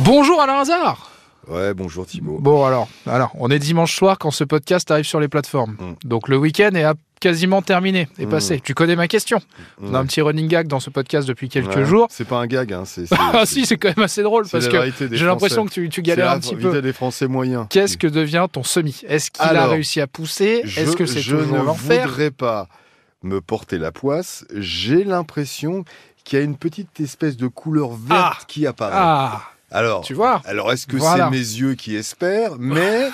Bonjour Alain Hazard Ouais, bonjour Thibaut. Bon alors, alors, on est dimanche soir quand ce podcast arrive sur les plateformes. Mm. Donc le week-end est à- quasiment terminé, est Mm. passé. Tu connais ma question. On a Ouais. un petit running gag dans ce podcast depuis quelques Hmm. Ouais. jours. C'est pas un gag, hein. C'est, Ah si, c'est quand même assez drôle parce que j'ai l'impression que tu, tu galères un petit peu. des Français moyens. Qu'est-ce que devient ton semi Est-ce qu'il a Alors, réussi à pousser Je- Est-ce que c'est Je toujours ne l'enfer voudrais pas me porter la poisse. J'ai l'impression qu'il y a une petite espèce de couleur verte Ah. qui apparaît. Ah, Alors, tu vois alors est-ce que Voilà. c'est mes yeux qui espèrent Mais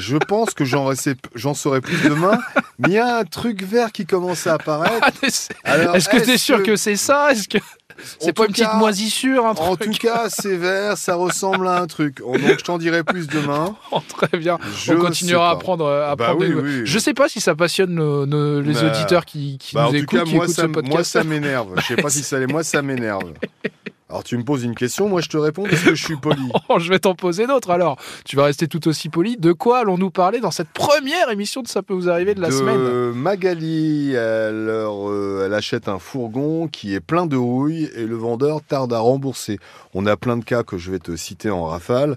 je pense que j'en, sais- j'en saurai plus demain. Mais il y a un truc vert qui commence à apparaître. Ah, Est-ce Alors, que t'es sûr que c'est ça Est-ce que en c'est pas tout une petite cas, moisissure un En tout truc cas, c'est vert, ça ressemble à un truc. Oh, Donc, je t'en dirai plus demain. Très bien. Je on continuera sais à pas. prendre, euh, à Bah prendre des oui, nouvelles. oui. Je sais pas si ça passionne nos- nos- les Bah, auditeurs qui, qui Bah, en nous tout écoutent, cas, qui moi écoutent ça, ce m- podcast. moi, ça m'énerve. Je sais pas si ça l'est, moi, ça m'énerve. Alors, tu me poses une question, moi, je te réponds parce que je suis poli. Oh, je vais t'en poser d'autres alors. Tu vas rester tout aussi poli. De quoi allons-nous parler dans cette première émission de Ça peut vous arriver de la semaine Magali, elle, leur, euh, elle achète un fourgon qui est plein de rouille et le vendeur tarde à rembourser. On a plein de cas que je vais te citer en rafale.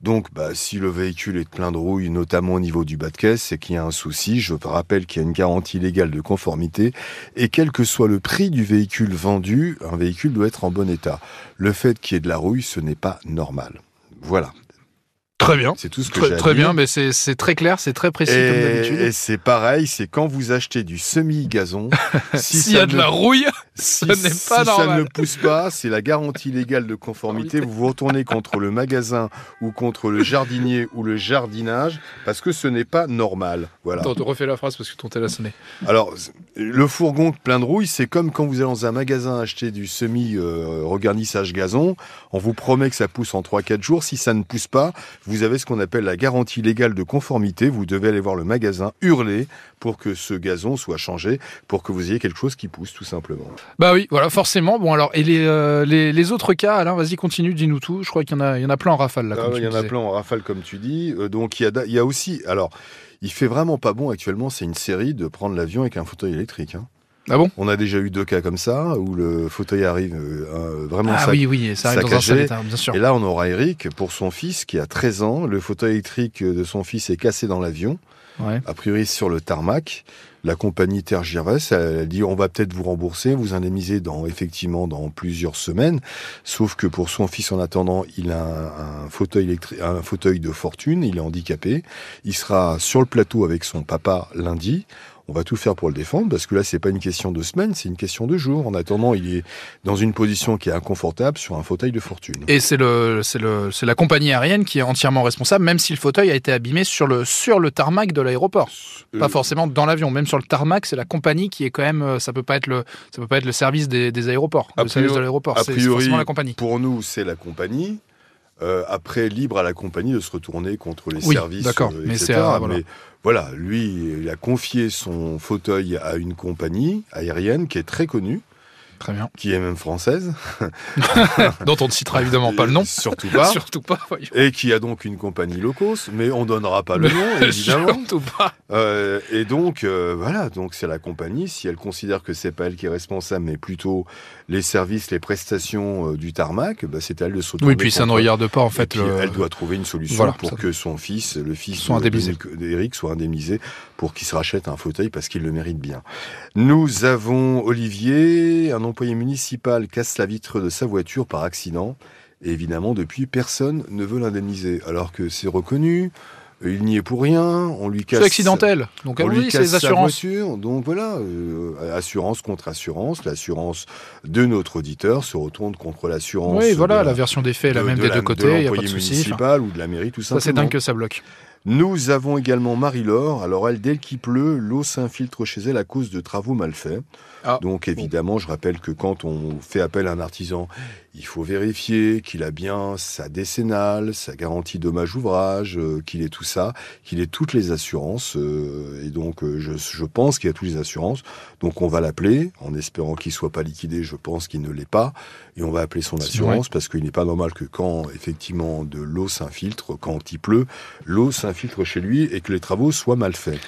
Donc, bah, si le véhicule est plein de rouille, notamment au niveau du bas de caisse, c'est qu'il y a un souci. Je te rappelle qu'il y a une garantie légale de conformité et quel que soit le prix du véhicule vendu, un véhicule doit être en bon état. Le fait qu'il y ait de la rouille, ce n'est pas normal. Voilà, Très bien. c'est tout ce que j'ai Très, à très dire. bien, mais c'est c'est très clair, c'est très précis comme d'habitude. Et, et c'est pareil, c'est quand vous achetez du semi-gazon, si S'il y a ça de ne- la rouille, si- n'est si pas ça normal. ne pousse pas, c'est la garantie légale de conformité. Vous vous retournez contre le magasin ou contre le jardinier ou le jardinage parce que ce n'est pas normal. Voilà. Attends, refais la phrase parce que ton tel a sonné. Alors, le fourgon plein de rouille, c'est comme quand vous allez dans un magasin acheter du semi-regarnissage gazon. On vous promet que ça pousse en 3-4 jours. Si ça ne pousse pas, vous avez ce qu'on appelle la garantie légale de conformité. Vous devez aller voir le magasin, hurler pour que ce gazon soit changé, pour que vous ayez quelque chose qui pousse, tout simplement. Bah oui, voilà, forcément. Bon alors, et les, euh, les, les autres cas, Alain, vas-y, continue, dis-nous tout. Je crois qu'il y en a, il y en a plein en rafale là. Ah comme ouais, tu il y en a disais. plein en rafale, comme tu dis. Euh, donc, il y a, da- il y a aussi. Alors, il fait vraiment pas bon actuellement. C'est une série de prendre l'avion avec un fauteuil électrique. hein. Ah bon On a déjà eu deux cas comme ça, où le fauteuil arrive euh, euh, vraiment Ah sac- oui, oui, ça arrive dans un saccagé. sale état, bien sûr. Et là, on aura Eric pour son fils qui a 13 ans. Le fauteuil électrique de son fils est cassé dans l'avion, Ouais. a priori sur le tarmac. La compagnie Tergives, elle a dit on va peut-être vous rembourser, vous indemniser dans effectivement dans plusieurs semaines. Sauf que pour son fils, en attendant, il a un, un fauteuil électrique, un fauteuil de fortune. Il est handicapé. Il sera sur le plateau avec son papa lundi. On va tout faire pour le défendre parce que là, c'est pas une question de semaine, c'est une question de jours. En attendant, il est dans une position qui est inconfortable sur un fauteuil de fortune. Et c'est le, c'est le, c'est la compagnie aérienne qui est entièrement responsable, même si le fauteuil a été abîmé sur le, sur le tarmac de l'aéroport. Pas Euh, forcément dans l'avion, même sur le tarmac, c'est la compagnie qui est quand même, euh, ça peut pas être le, ça peut pas être le service des, des aéroports, A le service priori- de l'aéroport, a c'est priori- forcément la compagnie. Pour nous, c'est la compagnie. Euh, après, libre à la compagnie de se retourner contre les Oui, services, d'accord. euh, Mais etc. c'est, euh, voilà. Mais voilà, lui, il a confié son fauteuil à une compagnie aérienne qui est très connue, Très bien. qui est même française. Dont on ne citera évidemment pas le nom. Et Surtout pas. Surtout pas, voyons. Et qui a donc une compagnie low cost, mais on donnera pas le nom, évidemment. Surtout pas. Euh, et donc, euh, voilà, donc c'est la compagnie. Si elle considère que c'est pas elle qui est responsable, mais plutôt les services, les prestations euh, du tarmac, bah, c'est à elle de se retourner Oui, puis ça ne contre- regarde pas, en fait, Et puis, le- Elle doit trouver une solution Voilà, pour ça- que son fils, le fils Soit de- indemnisé. de- d'Eric, soit indemnisé pour qu'il se rachète un fauteuil parce qu'il le mérite bien. Nous avons Olivier, un employé municipal casse la vitre de sa voiture par accident. Et évidemment, depuis, personne ne veut l'indemniser. Alors que c'est reconnu, il n'y est pour rien, on lui casse. euh, C'est accidentel. Donc, On lui allons-y, c'est les casse sa assurances. voiture, donc voilà, euh, assurance contre assurance, l'assurance de notre auditeur se retourne contre l'assurance. Oui, de voilà, la- la version des faits est la de- même de des la- deux côtés, il n'y a pas de l'employé souci. Enfin, municipal ou de la mairie, tout Ça, simplement. c'est dingue que ça bloque. Nous avons également Marie-Laure. Alors, elle, dès qu'il pleut, l'eau s'infiltre chez elle à cause de travaux mal faits. Ah. Donc, évidemment, je rappelle que quand on fait appel à un artisan, il faut vérifier qu'il a bien sa décennale, sa garantie dommage-ouvrage, euh, qu'il ait tout ça, qu'il ait toutes les assurances. euh, et donc, euh, je, je pense qu'il a toutes les assurances. Donc, on va l'appeler en espérant qu'il soit pas liquidé. Je pense qu'il ne l'est pas. Et on va appeler son C'est assurance parce qu'il n'est pas normal que quand, effectivement, de l'eau s'infiltre, quand il pleut, l'eau s'infiltre un filtre chez lui et que les travaux soient mal faits.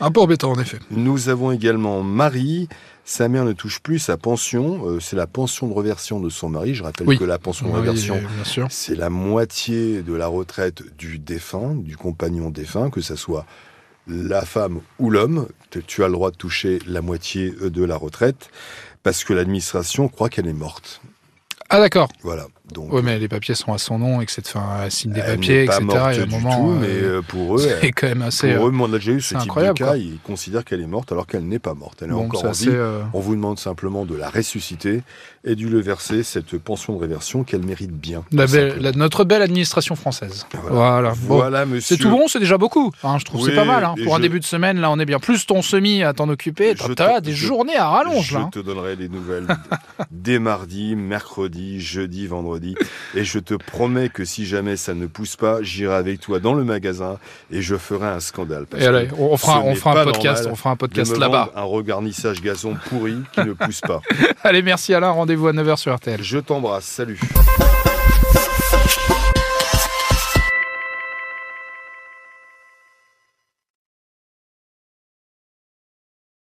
Un peu embêtant, en effet. Nous avons également Marie. Sa mère ne touche plus sa pension. Euh, c'est la pension de réversion de son mari. Je rappelle Oui. que la pension de Oui, réversion, bien sûr. c'est la moitié de la retraite du défunt, du compagnon défunt, que ça soit la femme ou l'homme. Tu- Tu as le droit de toucher la moitié euh, de la retraite parce que l'administration croit qu'elle est morte. Ah, d'accord. Voilà. Donc, Oui, mais les papiers sont à son nom, etc. Enfin, elle signe des elle papiers, n'est pas etc. morte Et à un du moment, tout, mais euh, euh, pour eux, c'est quand même assez. pour euh, eux, moi, on a déjà eu ce c'est type de incroyable, cas. quoi. Ils considèrent qu'elle est morte alors qu'elle n'est pas morte. Elle est bon, encore c'est en assez, vie. euh, On vous demande simplement de la ressusciter et de lui verser cette pension de réversion qu'elle mérite bien. la tout belle- simplement. la- notre belle administration française. Ah, Voilà. Voilà. Bon. Voilà, monsieur. C'est tout bon, c'est déjà beaucoup. hein, je trouve Oui, c'est pas mal. hein. et Pour un je- début de semaine, là, on est bien. Plus ton semi à t'en occuper, Je t'as- t'as te- des je- journées à rallonge. Je là, hein. te donnerai des nouvelles dès mardi, mercredi, jeudi, vendredi. Et je te promets que si jamais ça ne pousse pas, j'irai avec toi dans le magasin et je ferai un scandale. Parce Et que allez, on on fera, ce on n'est fera pas un podcast, normal on fera un de me podcast vendre là-bas. Un regarnissage gazon pourri qui ne pousse pas. Allez, merci Alain, rendez-vous à 9h sur RTL. Je t'embrasse, salut.